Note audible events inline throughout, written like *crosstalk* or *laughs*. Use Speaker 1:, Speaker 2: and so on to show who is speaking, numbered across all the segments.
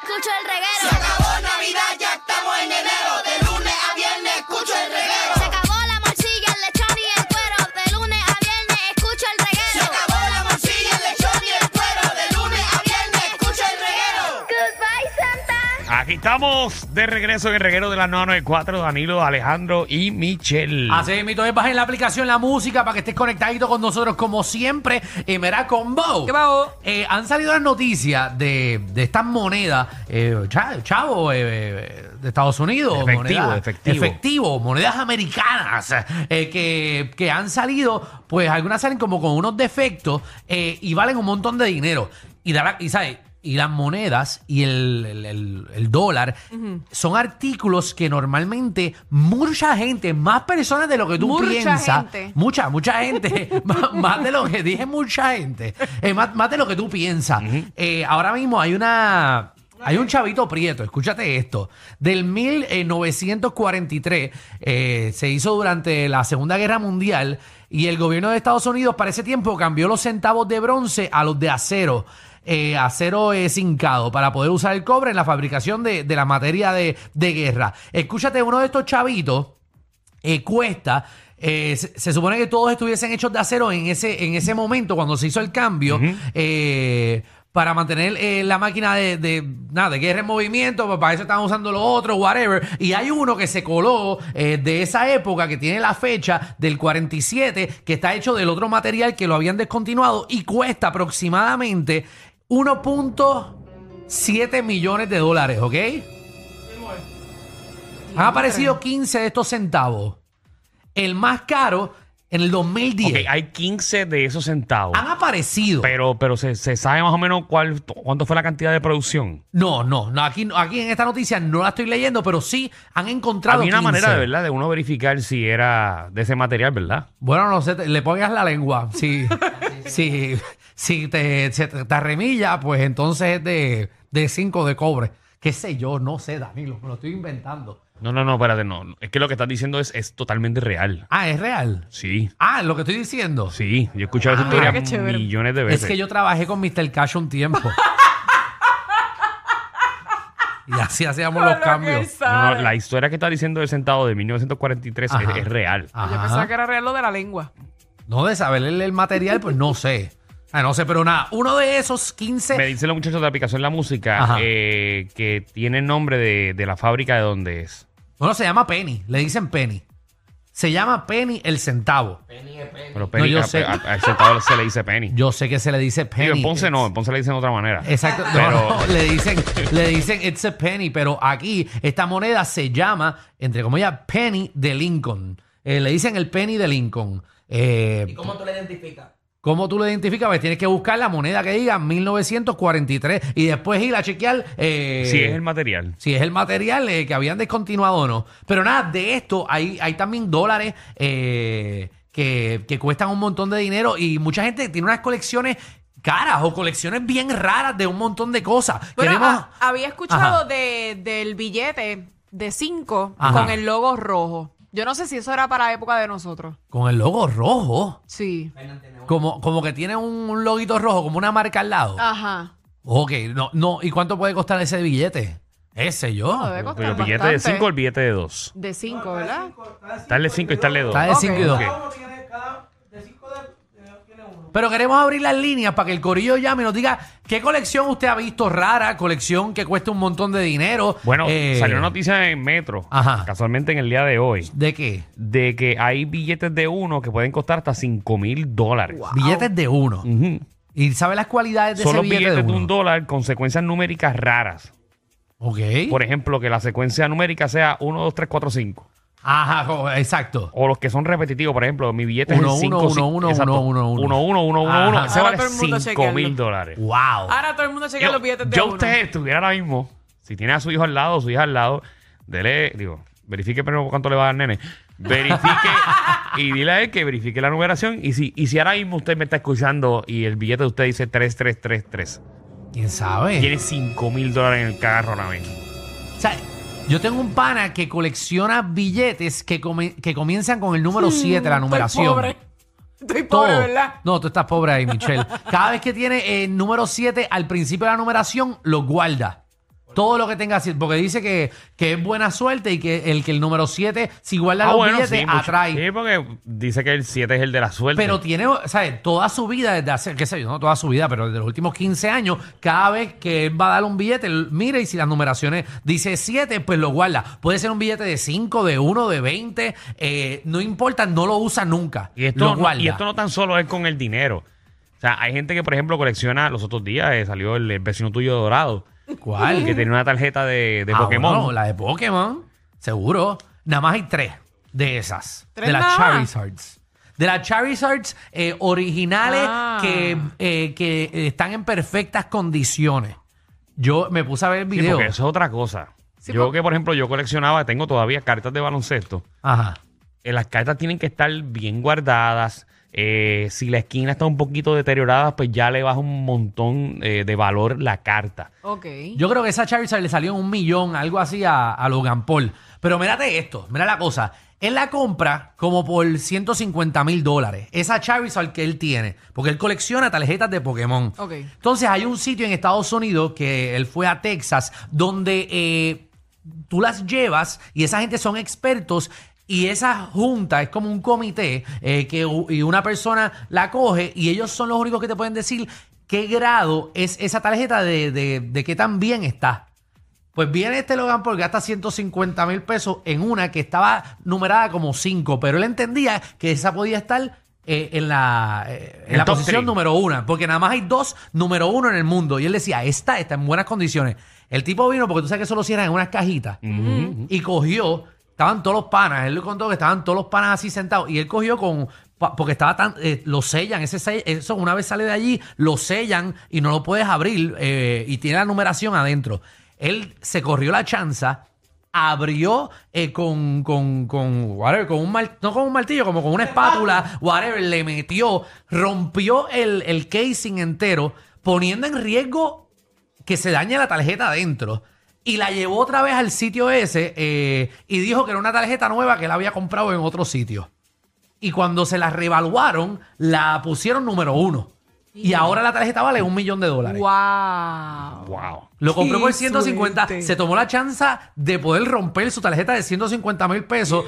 Speaker 1: escucho el
Speaker 2: Se
Speaker 1: reguero.
Speaker 2: acabó Navidad, ya estamos en enero. De lunes a viernes escucho el reguero.
Speaker 1: Se acabó la morcilla, el lechón y el cuero. De lunes a viernes escucho el
Speaker 2: Se
Speaker 1: reguero.
Speaker 2: acabó la morcilla, el lechón y el cuero. De lunes a viernes escucho el reguero.
Speaker 1: Goodbye, Santa.
Speaker 3: Aquí estamos de regreso en el reguero de la 994, Danilo, Alejandro y Michelle.
Speaker 4: Así es, mito, bajen la aplicación La Música para que estés conectadito con nosotros como siempre. Y mira, combo.
Speaker 5: ¿Qué pasó?
Speaker 4: Eh, han salido las noticias de, de estas monedas, eh, cha- chavo, eh, eh, de Estados Unidos.
Speaker 3: Efectivo,
Speaker 4: monedas-
Speaker 3: efectivo.
Speaker 4: efectivo, monedas americanas eh, que, que han salido, pues algunas salen como con unos defectos eh, y valen un montón de dinero. Y, da la- y, ¿sabes? y las monedas y el, el- el- el dólar son artículos que normalmente mucha gente, más personas de lo que tú
Speaker 5: Mucha
Speaker 4: piensas,
Speaker 5: gente.
Speaker 4: Mucha, mucha gente. más, más de lo que dije, mucha gente. Eh, más, más de lo que tú piensas. Eh, ahora mismo hay una. Hay un chavito prieto, escúchate esto. Del 1943 eh, se hizo durante la Segunda Guerra Mundial y el gobierno de Estados Unidos para ese tiempo cambió los centavos de bronce a los de acero, eh, acero eh, cincado, para poder usar el cobre en la fabricación de, de la materia de, de guerra. Escúchate uno de estos chavitos eh, cuesta. eh, se, se supone que todos estuviesen hechos de acero en ese, en ese momento, cuando se hizo el cambio, eh, para mantener eh, la máquina de, de, nada, de guerra en movimiento, pues para eso estaban usando los otros, whatever. Y hay uno que se coló eh, de esa época, que tiene la fecha del 47, que está hecho del otro material que lo habían descontinuado y cuesta aproximadamente 1.7 millones de dólares, ¿ok? Han aparecido 15 de estos centavos. El más caro en el 2010.
Speaker 3: Ok, hay 15 de esos centavos.
Speaker 4: Han aparecido.
Speaker 3: Pero, pero se, se sabe más o menos cuál, cuánto fue la cantidad de producción.
Speaker 4: No, no, no aquí, aquí en esta noticia no la estoy leyendo, pero sí han encontrado.
Speaker 3: Había una
Speaker 4: 15.
Speaker 3: manera de verdad de uno verificar si era de ese material, ¿verdad?
Speaker 4: Bueno, no sé, te- le pongas la lengua. Si, si, si te, se te, te arremilla, pues entonces es de 5 de cobre. ¿Qué sé yo? No sé, Danilo, me lo estoy inventando.
Speaker 3: No, no, no, espérate, no. no. Es que lo que estás diciendo es, es totalmente real.
Speaker 4: Ah, es real.
Speaker 3: Sí,
Speaker 4: Ah, lo que estoy diciendo.
Speaker 3: sí. Yo he escuchado esa
Speaker 4: Ah,
Speaker 3: historia
Speaker 5: qué chévere.
Speaker 3: millones de
Speaker 4: Es
Speaker 3: veces.
Speaker 4: que yo trabajé con Mr. Cash un tiempo. y así hacíamos los
Speaker 5: Con lo que él
Speaker 4: cambios.
Speaker 3: No,
Speaker 5: sabe.
Speaker 3: no, la historia que está diciendo del centavo de 1943 es,
Speaker 4: Ajá.
Speaker 3: es real.
Speaker 4: Ajá.
Speaker 5: Yo pensaba que era real lo de la lengua.
Speaker 4: No de saber el, el material, pues no sé. Ah, no sé, pero nada. Uno de esos 15.
Speaker 3: Me dicen los muchachos de la aplicación La Música
Speaker 4: Ajá.
Speaker 3: eh, que tiene el nombre de, de la fábrica de donde es.
Speaker 4: No, no, se llama Penny. Le dicen Penny. Se llama Penny el centavo.
Speaker 3: Pero Penny,
Speaker 4: yo
Speaker 3: a-
Speaker 4: sé.
Speaker 3: a- al centavo se le dice Penny.
Speaker 4: Yo sé que se le dice Penny.
Speaker 3: Digo, en Ponce no, en Ponce le dicen de otra manera.
Speaker 4: Exacto. No,
Speaker 3: Pero-
Speaker 4: no, *laughs* le dicen, le dicen it's a penny, pero aquí esta moneda se llama, entre comillas, penny de Lincoln. Eh, le dicen el penny de Lincoln. Eh,
Speaker 6: ¿Cómo tú la identificas?
Speaker 4: ¿Cómo tú lo identificas? Pues tienes que buscar la moneda que diga 1943 y después ir a chequear eh,
Speaker 3: si es el material.
Speaker 4: si es el material eh, que habían descontinuado o no. Pero nada, de esto hay, hay también dólares eh, que, que cuestan un montón de dinero y mucha gente tiene unas colecciones caras o colecciones bien raras de un montón de cosas.
Speaker 5: Bueno, ah,
Speaker 4: Queremos-
Speaker 5: a- había escuchado
Speaker 4: Ajá.
Speaker 5: de, del billete de 5
Speaker 4: Ajá.
Speaker 5: con el logo rojo. Yo no sé si eso era para la época de nosotros.
Speaker 4: Con el logo rojo.
Speaker 5: Sí.
Speaker 4: Como, como que tiene un, un loguito rojo, como una marca al lado.
Speaker 5: Ah. Ajá.
Speaker 4: Ok, no, no. ¿Y cuánto puede costar ese billete? Ese yo.
Speaker 5: No, debe
Speaker 3: Pero
Speaker 5: costar
Speaker 3: el billete de
Speaker 5: bastante.
Speaker 3: 5 o el billete de 2.
Speaker 5: De 5, ¿verdad?
Speaker 3: Darle 5 y darle 2.
Speaker 4: Está de
Speaker 5: Ok.
Speaker 4: 5 y 2.
Speaker 3: Ok.
Speaker 4: Pero queremos abrir las líneas para que el corillo llame y nos diga qué colección usted ha visto rara, colección que cuesta un montón de dinero.
Speaker 3: Bueno,
Speaker 4: Eh,
Speaker 3: salió una noticia en Metro,
Speaker 4: Ajá.
Speaker 3: casualmente en el día de hoy,
Speaker 4: ¿De qué?
Speaker 3: de que hay billetes de uno que pueden costar hasta 5 mil dólares.
Speaker 4: Billetes de uno.
Speaker 3: Ujú.
Speaker 4: ¿Y sabe las cualidades de
Speaker 3: Son
Speaker 4: ese
Speaker 3: los Mm.
Speaker 4: billete
Speaker 3: billetes de,
Speaker 4: de
Speaker 3: un
Speaker 4: uno?
Speaker 3: dólar con secuencias numéricas raras.
Speaker 4: Ok.
Speaker 3: Por ejemplo, que la secuencia numérica sea 1, 2, 3, 4, 5.
Speaker 4: Ajá, jo- exacto.
Speaker 3: O los que son repetitivos, por ejemplo, mi billete
Speaker 4: Uno,
Speaker 3: es el 5,
Speaker 4: uno, uno, uno, uno, uno, uno.
Speaker 3: 1, 1, 1, 1, 1.
Speaker 4: Ajá.
Speaker 3: Ese
Speaker 5: Ahora
Speaker 3: vale
Speaker 5: todo el mundo
Speaker 3: 5 mil
Speaker 5: chequeando.
Speaker 3: dólares.
Speaker 4: Wow.
Speaker 3: Ah.
Speaker 5: Ahora todo el mundo checa los billetes de
Speaker 3: yo a
Speaker 5: uno.
Speaker 3: usted estuviera ahora mismo, si tiene a su hijo al lado, su hija al lado, dele, digo, verifique primero cuánto le va a dar nene.
Speaker 5: *laughs*
Speaker 3: Verifique y dile a él que verifique la numeración. Y si, y si ahora mismo usted me está escuchando y el billete de usted dice 3333,
Speaker 4: ¿Quién sabe?
Speaker 3: tiene 5 mil dólares en el carro ahora mismo.
Speaker 4: O sea, yo tengo un pana que colecciona billetes que, come- que comienzan con el número 7, la numeración.
Speaker 5: Estoy pues, pobre. Estoy pobre,
Speaker 4: Todo.
Speaker 5: ¿verdad?
Speaker 4: No, tú estás pobre
Speaker 5: *laughs*
Speaker 4: eh, ahí, Michelle. Cada vez que tiene el número 7 al principio de la numeración, lo guarda. Todo lo que tenga siete, porque dice que, que es buena suerte y que el, que el número 7, si guarda los billetes,
Speaker 3: mucho-
Speaker 4: atrae.
Speaker 3: Ah, Sí, porque dice que el 7 es el de la suerte.
Speaker 4: Pero tiene, ¿sabes? Toda su vida, desde hace, qué sé yo, no toda su vida, pero desde los últimos 15 años, cada vez que él va a dar un billete, él mira y si las numeraciones dice 7, pues lo guarda. Puede ser un billete de 5, de 1, de 20, eh, no importa, no lo usa nunca.
Speaker 3: Y esto,
Speaker 4: lo
Speaker 3: no,
Speaker 4: guarda.
Speaker 3: y esto no tan solo es con el dinero. O sea, hay gente que, por ejemplo, colecciona los otros días, eh, salió el, el vecino tuyo dorado, *laughs*
Speaker 4: ¿Cuál?
Speaker 3: que tenía una tarjeta de, de
Speaker 4: Ah,
Speaker 3: Pokémon.
Speaker 4: bueno, la de Pokémon, seguro. Nada más hay tres de esas.
Speaker 5: ¿Tres
Speaker 4: de las
Speaker 5: nada más?
Speaker 4: Charizards. De las Charizards eh, originales
Speaker 5: Ah.
Speaker 4: que, eh, que están en perfectas condiciones. Yo me puse a ver el
Speaker 3: Sí,
Speaker 4: video.
Speaker 3: porque eso es otra cosa.
Speaker 5: Sí,
Speaker 3: yo
Speaker 5: porque-
Speaker 3: que, por ejemplo, yo coleccionaba, tengo todavía cartas de baloncesto.
Speaker 4: Ajá.
Speaker 3: Eh, las cartas tienen que estar bien guardadas. Eh, si la esquina está un poquito deteriorada, pues ya le baja un montón eh, de valor la carta.
Speaker 5: Ok.
Speaker 4: Yo creo que esa Charizard le salió en un millón, algo así a, a Logan Paul. Pero mírate esto, mira la cosa. Él la compra como por 150 mil dólares. Esa Charizard que él tiene. Porque él colecciona tarjetas de Pokémon.
Speaker 5: Ok.
Speaker 4: Entonces hay un sitio en Estados Unidos que él fue a Texas donde eh, tú las llevas y esa gente son expertos y esa junta es como un comité eh, que u- y una persona la coge y ellos son los únicos que te pueden decir qué grado es esa tarjeta de, de- de qué tan bien está. Pues viene este Logan Paul, gasta 150 mil pesos en una que estaba numerada como 5, pero él entendía que esa podía estar eh, en la, eh, en
Speaker 3: El
Speaker 4: la
Speaker 3: top
Speaker 4: posición
Speaker 3: three.
Speaker 4: número número uno, porque nada más hay dos número uno en el mundo. Y él decía, esta está en buenas condiciones. El tipo vino porque tú sabes que eso lo cierran en unas cajitas y cogió, estaban todos los panas, él le contó que estaban todos los panas así sentados y él cogió con, pa- porque estaba tan, eh, lo sellan, ese sell- eso una vez sale de allí, lo sellan y no lo puedes abrir eh, y tiene la numeración adentro. Él se corrió la chanza. Abrió eh, con, con, con, whatever, con un martillo, no con un martillo, como con una espátula, whatever, le metió, rompió el, el casing entero, poniendo en riesgo que se dañe la tarjeta adentro. Y la llevó otra vez al sitio ese eh, y dijo que era una tarjeta nueva que él había comprado en otro sitio. Y cuando se la revaluaron, la pusieron número uno. Y ahora la tarjeta vale un millón de dólares.
Speaker 5: Wow.
Speaker 3: Wow.
Speaker 4: Lo compró por
Speaker 5: Qué
Speaker 4: 150,
Speaker 5: suerte.
Speaker 4: se tomó la chance de poder romper su tarjeta de 150 mil pesos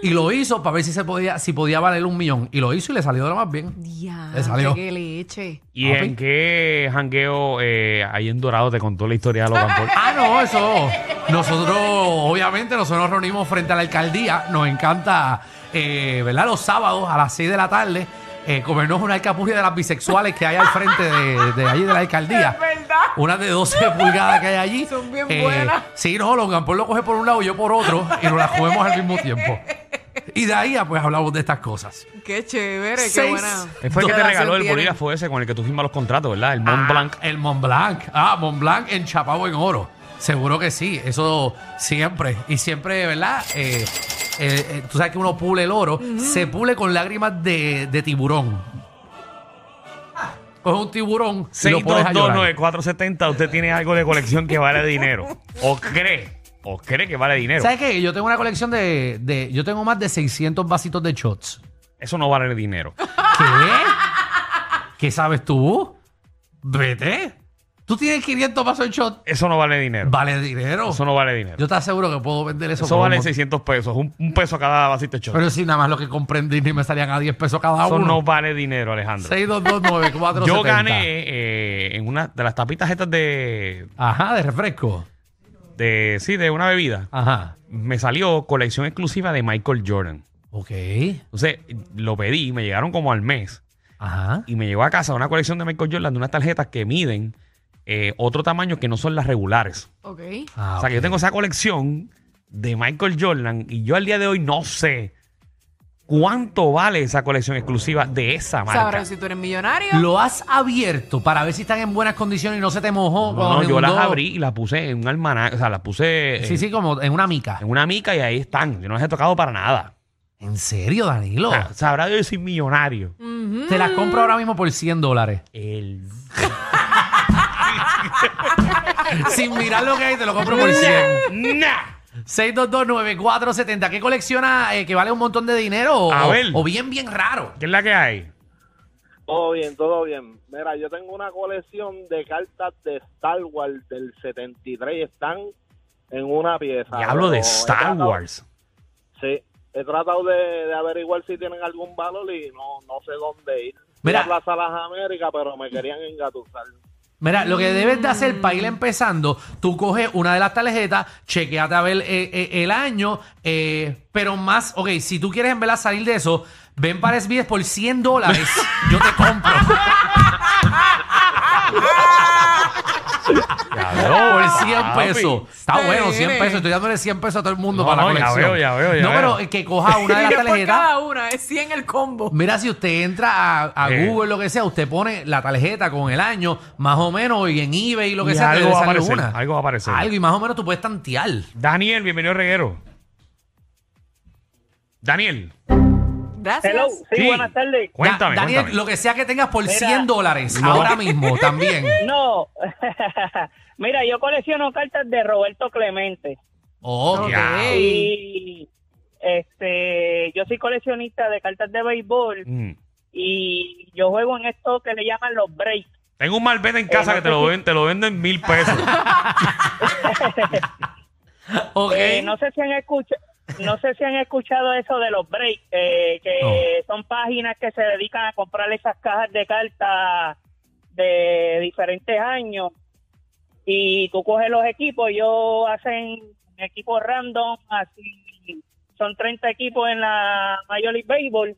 Speaker 4: y lo hizo para ver si se podía, si podía valer un millón. Y lo hizo y le salió de lo más bien.
Speaker 5: Diablo,
Speaker 4: Le salió.
Speaker 5: qué leche.
Speaker 3: ¿Y
Speaker 4: Papi.
Speaker 3: en qué jangueo eh, ahí en Dorado te contó la historia de
Speaker 4: *laughs*
Speaker 3: Logan Paul?
Speaker 4: Ah, no, eso. Nosotros, obviamente, nosotros nos reunimos frente a la alcaldía. Nos encanta, eh, ¿verdad? Los sábados a las 6 de la tarde, eh, comernos una alcapurria de las bisexuales que hay al frente de, de allí de la alcaldía.
Speaker 5: Es verdad.
Speaker 4: Unas de 12 *laughs* pulgadas que hay allí. Eh,
Speaker 5: Son bien buenas.
Speaker 4: Sí, no, Logan Paul lo coge por un lado y yo por otro. Y nos las comemos al mismo tiempo. Y de ahí, pues, hablamos de estas cosas.
Speaker 5: Qué chévere,
Speaker 4: Seis.
Speaker 5: qué buena.
Speaker 3: Fue el que te
Speaker 5: relación
Speaker 3: regaló el
Speaker 5: tienen.
Speaker 3: bolígrafo ese con el que tú firmas los contratos, ¿verdad? El Mont
Speaker 4: Ah,
Speaker 3: Blanc.
Speaker 4: El Mont Blanc. Ah, Mont Blanc enchapado en oro. Seguro que sí. Eso siempre. Y siempre, ¿verdad? Eh, eh, eh, tú sabes que uno pule el oro. Se pule con lágrimas de, de tiburón.
Speaker 3: Ah.
Speaker 4: Coge un tiburón y lo pones a llorar.
Speaker 3: 6229470, usted tiene algo de colección que vale
Speaker 4: *laughs*
Speaker 3: dinero. O cree, o cree que vale dinero.
Speaker 4: ¿Sabes qué? Yo tengo una colección de, de... Yo tengo más de 600 vasitos
Speaker 3: *laughs*
Speaker 4: de shots.
Speaker 3: Eso no vale dinero.
Speaker 4: ¿Qué? ¿Qué sabes tú? Vete. Tú tienes 500 vasos de shots.
Speaker 3: Eso no vale dinero.
Speaker 4: Vale dinero.
Speaker 3: Eso no vale dinero.
Speaker 4: Yo te aseguro que puedo vender eso.
Speaker 3: Eso
Speaker 4: por un
Speaker 3: vale
Speaker 4: montón.
Speaker 3: 600 pesos, un, un peso cada vasito de shot.
Speaker 4: Pero si nada más lo que compré en Disney me salían a 10 pesos cada
Speaker 3: Eso
Speaker 4: uno.
Speaker 3: no vale dinero, Alejandro. *laughs*
Speaker 4: 6229470.
Speaker 3: Yo gané eh, en una de las tapitas estas de,
Speaker 4: Ajá, de refresco.
Speaker 3: de- sí, de una bebida.
Speaker 4: Ajá.
Speaker 3: Me salió colección exclusiva de Michael Jordan.
Speaker 4: Ok.
Speaker 3: Entonces, lo pedí, me llegaron como al mes.
Speaker 4: Ajá.
Speaker 3: y me llegó a casa una colección de Michael Jordan de unas tarjetas que miden eh, otro tamaño que no son las regulares.
Speaker 5: Ok.
Speaker 4: Ah,
Speaker 3: o sea, que yo
Speaker 4: ok.
Speaker 3: tengo esa colección de Michael Jordan y yo al día de hoy no sé cuánto vale esa colección exclusiva de esa marca.
Speaker 5: Sabrás si tú eres millonario.
Speaker 4: ¿Lo has abierto para ver si están en buenas condiciones y no se te mojó?
Speaker 3: No,
Speaker 4: cuando
Speaker 3: no,
Speaker 4: se
Speaker 3: yo las
Speaker 4: inundó?
Speaker 3: abrí y las puse en un almanaque, o sea, las puse eh,
Speaker 4: Sí, sí, como en una mica.
Speaker 3: en una mica y ahí están. Yo no las he tocado para nada.
Speaker 4: ¿En serio, Danilo?
Speaker 3: O sea, Sabrá Dios, yo soy millonario.
Speaker 5: Ujú.
Speaker 4: Te las compro ahora mismo por
Speaker 3: *laughs*
Speaker 4: 100 dólares.
Speaker 3: El-
Speaker 4: Sin mirar lo que hay, te lo compro por 100.
Speaker 3: ¡Nah!
Speaker 4: 6229470. ¿Qué colecciona eh, que vale un montón de dinero? O,
Speaker 3: Abel.
Speaker 4: o bien, bien raro.
Speaker 3: ¿Qué es la que hay?
Speaker 6: Todo bien, todo bien. Mira, yo tengo una colección de cartas de Star Wars del 73. Están en una pieza.
Speaker 3: Diablo de
Speaker 6: Pero he
Speaker 3: Star
Speaker 6: tratado-
Speaker 3: Wars.
Speaker 6: Sí. He tratado de, de averiguar si tienen algún valor y no, no sé dónde ir.
Speaker 4: Mira.
Speaker 6: Mira. a Plaza Las Américas, pero me querían engatusar.
Speaker 4: Mira, lo que debes de hacer para
Speaker 3: Mm.
Speaker 4: ir empezando, tú coges una de las tarjetas, chequeate a ver eh, eh, el año, eh, pero más, ok, si tú quieres en verdad salir de eso, ven para SBS por
Speaker 3: *laughs*
Speaker 4: 100 dólares, yo te compro.
Speaker 3: *laughs* Diablo,
Speaker 4: por 100
Speaker 3: papi.
Speaker 4: pesos. Está
Speaker 5: Te
Speaker 4: bueno, 100
Speaker 5: viene.
Speaker 4: pesos. Estoy dándole 100 pesos a todo el mundo
Speaker 3: No,
Speaker 4: para la
Speaker 3: no, ya
Speaker 4: colección.
Speaker 3: veo, ya veo, ya
Speaker 4: no, pero
Speaker 3: veo.
Speaker 4: eh, que coja una
Speaker 3: *laughs*
Speaker 4: de las
Speaker 5: Y es por
Speaker 4: tarjetas.
Speaker 5: cada una, es 100 el combo.
Speaker 4: Mira, si usted entra a, a
Speaker 3: Eh.
Speaker 4: Google, lo que sea, usted pone la tarjeta con el año, más o menos, y en eBay, lo que
Speaker 3: Y
Speaker 4: sea, te
Speaker 3: algo
Speaker 4: debe
Speaker 3: va a
Speaker 4: salir
Speaker 3: aparecer,
Speaker 4: una.
Speaker 3: algo va a aparecer.
Speaker 4: Algo, y más o menos tú puedes tantear.
Speaker 3: Daniel, bienvenido al reguero. Daniel,
Speaker 5: Gracias.
Speaker 7: Hello, sí,
Speaker 3: Sí.
Speaker 7: buenas tardes.
Speaker 3: cuéntame.
Speaker 4: Da- Daniel,
Speaker 3: cuéntame.
Speaker 4: lo que sea que tengas por
Speaker 7: Mira.
Speaker 4: 100 dólares ahora
Speaker 3: *laughs*
Speaker 4: mismo también.
Speaker 7: No, *laughs* mira, yo colecciono cartas de Roberto Clemente
Speaker 4: Oh,
Speaker 3: Ya.
Speaker 7: y este, yo soy coleccionista de cartas de béisbol
Speaker 3: Mm.
Speaker 7: y yo juego en esto que le llaman los breaks.
Speaker 3: Tengo un malvete en casa
Speaker 7: no
Speaker 3: que te
Speaker 7: sé
Speaker 3: lo
Speaker 7: si-
Speaker 3: venden, te lo venden mil pesos.
Speaker 4: ok.
Speaker 7: Eh, no sé si han escuchado. No sé si han escuchado eso de los breaks, eh, que son páginas que se dedican a comprar esas cajas de cartas de diferentes años. Y tú coges los equipos, ellos hacen equipos random, así son 30 equipos en la Major League Baseball.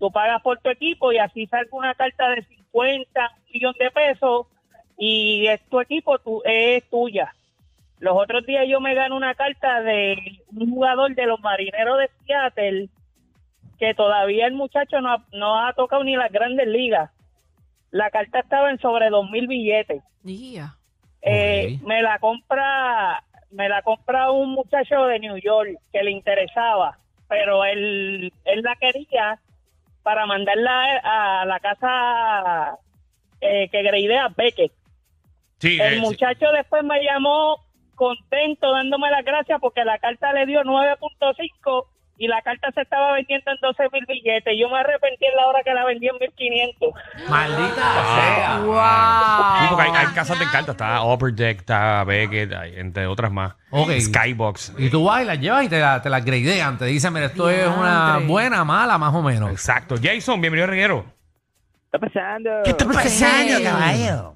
Speaker 7: Tú pagas por tu equipo y así sale una carta de 50, un millón de pesos y es tu equipo tu, es tuya. Los otros días yo me gano una carta de un jugador de los marineros de Seattle que todavía el muchacho no ha, no ha tocado ni las grandes ligas. La carta estaba en sobre dos mil billetes.
Speaker 5: Ya.
Speaker 7: Eh,
Speaker 4: Ok.
Speaker 7: me la compra me la compra un muchacho de New York que le interesaba, pero él, él la quería para mandarla a, a la casa eh, que greidea Beckett.
Speaker 3: Sí, eh,
Speaker 7: El
Speaker 3: sí.
Speaker 7: muchacho después me llamó contento dándome las gracias porque la carta le dio 9.5 y la carta se estaba vendiendo en 12 mil billetes. Yo me arrepentí en la hora que la vendí en 1500.
Speaker 4: Maldita
Speaker 3: Ah.
Speaker 4: sea.
Speaker 3: Sí,
Speaker 5: Wow.
Speaker 3: porque hay, hay casas de cartas, está Upper Deck, está Beckett, hay- entre otras más.
Speaker 4: Ok.
Speaker 3: Skybox.
Speaker 4: Y tú vas y las llevas y te la, te las gradean. Te dicen, mira, esto es una
Speaker 5: Diantre.
Speaker 4: buena, mala, más o menos.
Speaker 3: Exacto. Jason, bienvenido al reguero.
Speaker 6: ¿Qué está pasando?
Speaker 5: pasando,
Speaker 4: caballo?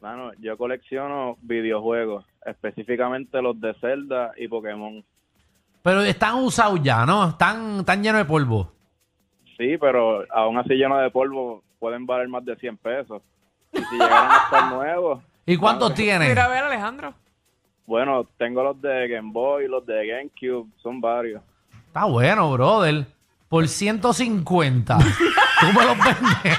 Speaker 6: Mano, yo colecciono videojuegos, específicamente los de Zelda y Pokémon.
Speaker 4: Pero están usados ya, ¿no? Están, están llenos de polvo.
Speaker 6: Sí, pero aún así lleno de polvo pueden valer más de 100 pesos. Y si llegaran a estar *laughs* nuevos,
Speaker 4: ¿Y cuántos tienen?
Speaker 5: Mira, a ver, Alejandro.
Speaker 6: bueno, tengo los de Game Boy, los de GameCube, son varios.
Speaker 4: Está bueno, brother. Por 150. *laughs* Tú me los vendes.